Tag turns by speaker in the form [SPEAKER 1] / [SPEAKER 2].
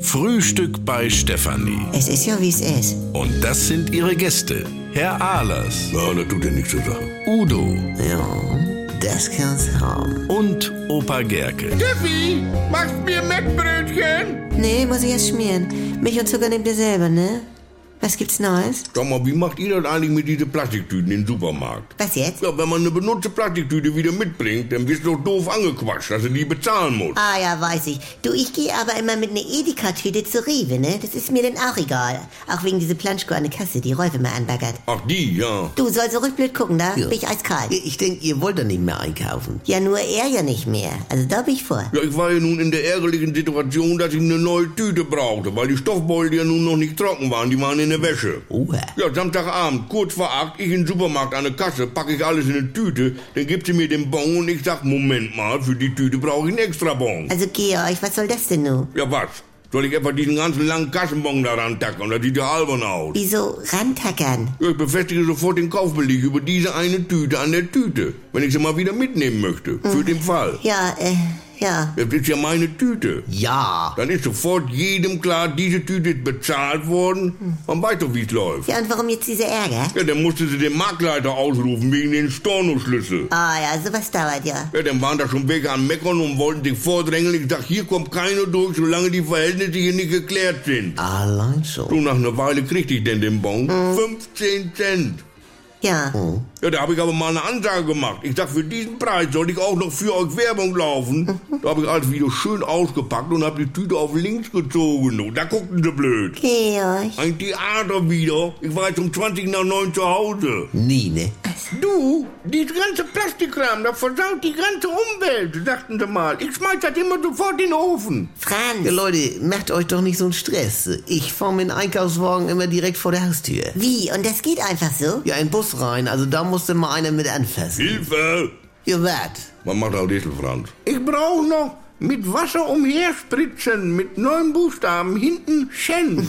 [SPEAKER 1] Frühstück bei Stefanie.
[SPEAKER 2] Es ist ja, wie es ist.
[SPEAKER 1] Und das sind ihre Gäste. Herr Ahlers,
[SPEAKER 3] Ja, das tut ja nichts zur Sache.
[SPEAKER 1] Udo
[SPEAKER 2] Ja, das kann's haben.
[SPEAKER 1] und Opa Gerke.
[SPEAKER 4] Steffi, machst du mir Mettbrötchen?
[SPEAKER 2] Nee, muss ich erst schmieren. Milch und Zucker nehmt ihr selber, ne? Was gibt's Neues?
[SPEAKER 3] Sag mal, wie macht ihr das eigentlich mit diesen Plastiktüten im Supermarkt?
[SPEAKER 2] Was jetzt?
[SPEAKER 3] Ja, wenn man eine benutzte Plastiktüte wieder mitbringt, dann wirst du doch doof angequatscht, dass du die bezahlen musst.
[SPEAKER 2] Ah ja, weiß ich. Du, ich gehe aber immer mit einer Edeka-Tüte zu Rewe, ne? Das ist mir denn auch egal. Auch wegen dieser Planschko an der Kasse, die Rolf immer anbaggert.
[SPEAKER 3] Ach, die, ja.
[SPEAKER 2] Du sollst so rückblöd gucken, da
[SPEAKER 5] Ja.
[SPEAKER 2] bin ich eiskalt.
[SPEAKER 5] Ich ich denk, ihr wollt doch nicht mehr einkaufen.
[SPEAKER 2] Ja, nur er ja nicht mehr. Also da bin ich vor.
[SPEAKER 3] Ja, ich war ja nun in der ärgerlichen Situation, dass ich eine neue Tüte brauchte, weil die Stoffbeutel ja nun noch nicht trocken waren, die waren in der Wäsche.
[SPEAKER 5] Oha.
[SPEAKER 3] Ja, Samstagabend, kurz vor acht, ich in den Supermarkt an der Kasse, packe ich alles in eine Tüte, dann gibt sie mir den Bon und ich sag, Moment mal, für die Tüte brauche ich einen extra Bon.
[SPEAKER 2] Also Georg, was soll das denn nun?
[SPEAKER 3] Ja, was? Soll ich etwa diesen ganzen langen Kassenbon da rantackern? Das sieht ja albern aus.
[SPEAKER 2] Wieso rantackern?
[SPEAKER 3] Ja, Ich befestige sofort den Kaufbeleg über diese eine Tüte an der Tüte, wenn ich sie mal wieder mitnehmen möchte. Für den Fall.
[SPEAKER 2] Ja, äh, ja.
[SPEAKER 3] Das ist ja meine Tüte.
[SPEAKER 5] Ja.
[SPEAKER 3] Dann ist sofort jedem klar, diese Tüte ist bezahlt worden. Man weiß doch, wie es läuft.
[SPEAKER 2] Ja, und warum jetzt dieser Ärger?
[SPEAKER 3] Ja, dann musste sie den Marktleiter ausrufen wegen den Stornoschlüssel.
[SPEAKER 2] Ah ja, sowas dauert ja.
[SPEAKER 3] Ja, dann waren da schon welche an Meckern und wollten sich vordrängeln. Ich dachte, hier kommt keiner durch, solange die Verhältnisse hier nicht geklärt sind.
[SPEAKER 5] Allein schon.
[SPEAKER 3] So, nach einer Weile kriegte ich denn den Bon. 15 Cent.
[SPEAKER 2] Ja.
[SPEAKER 3] Ja, da habe ich aber mal eine Ansage gemacht. Ich dachte, für diesen Preis sollte ich auch noch für euch Werbung laufen. Da habe ich alles wieder schön ausgepackt und habe die Tüte auf links gezogen. Und da guckten sie blöd.
[SPEAKER 2] Georg.
[SPEAKER 3] Ein Theater wieder. Ich war jetzt um 20 nach 9 zu Hause.
[SPEAKER 5] Nie, ne?
[SPEAKER 3] Du, dieses ganze Plastikkram, das versaut die ganze Umwelt, sagten sie mal. Ich schmeiß das immer sofort in den Ofen.
[SPEAKER 5] Ja,
[SPEAKER 2] Franz.
[SPEAKER 5] Leute, macht euch doch nicht so einen Stress. Ich fahr meinen Einkaufswagen immer direkt vor der Haustür.
[SPEAKER 2] Wie? Und das geht einfach so?
[SPEAKER 5] Ja, in den Bus rein, also da musste mal einer mit anfassen.
[SPEAKER 3] Hilfe!
[SPEAKER 5] Ihr wart.
[SPEAKER 3] Man macht auch Diesel, Franz.
[SPEAKER 4] Ich brauche noch mit Wasser umherspritzen, mit neun Buchstaben, hinten Shen.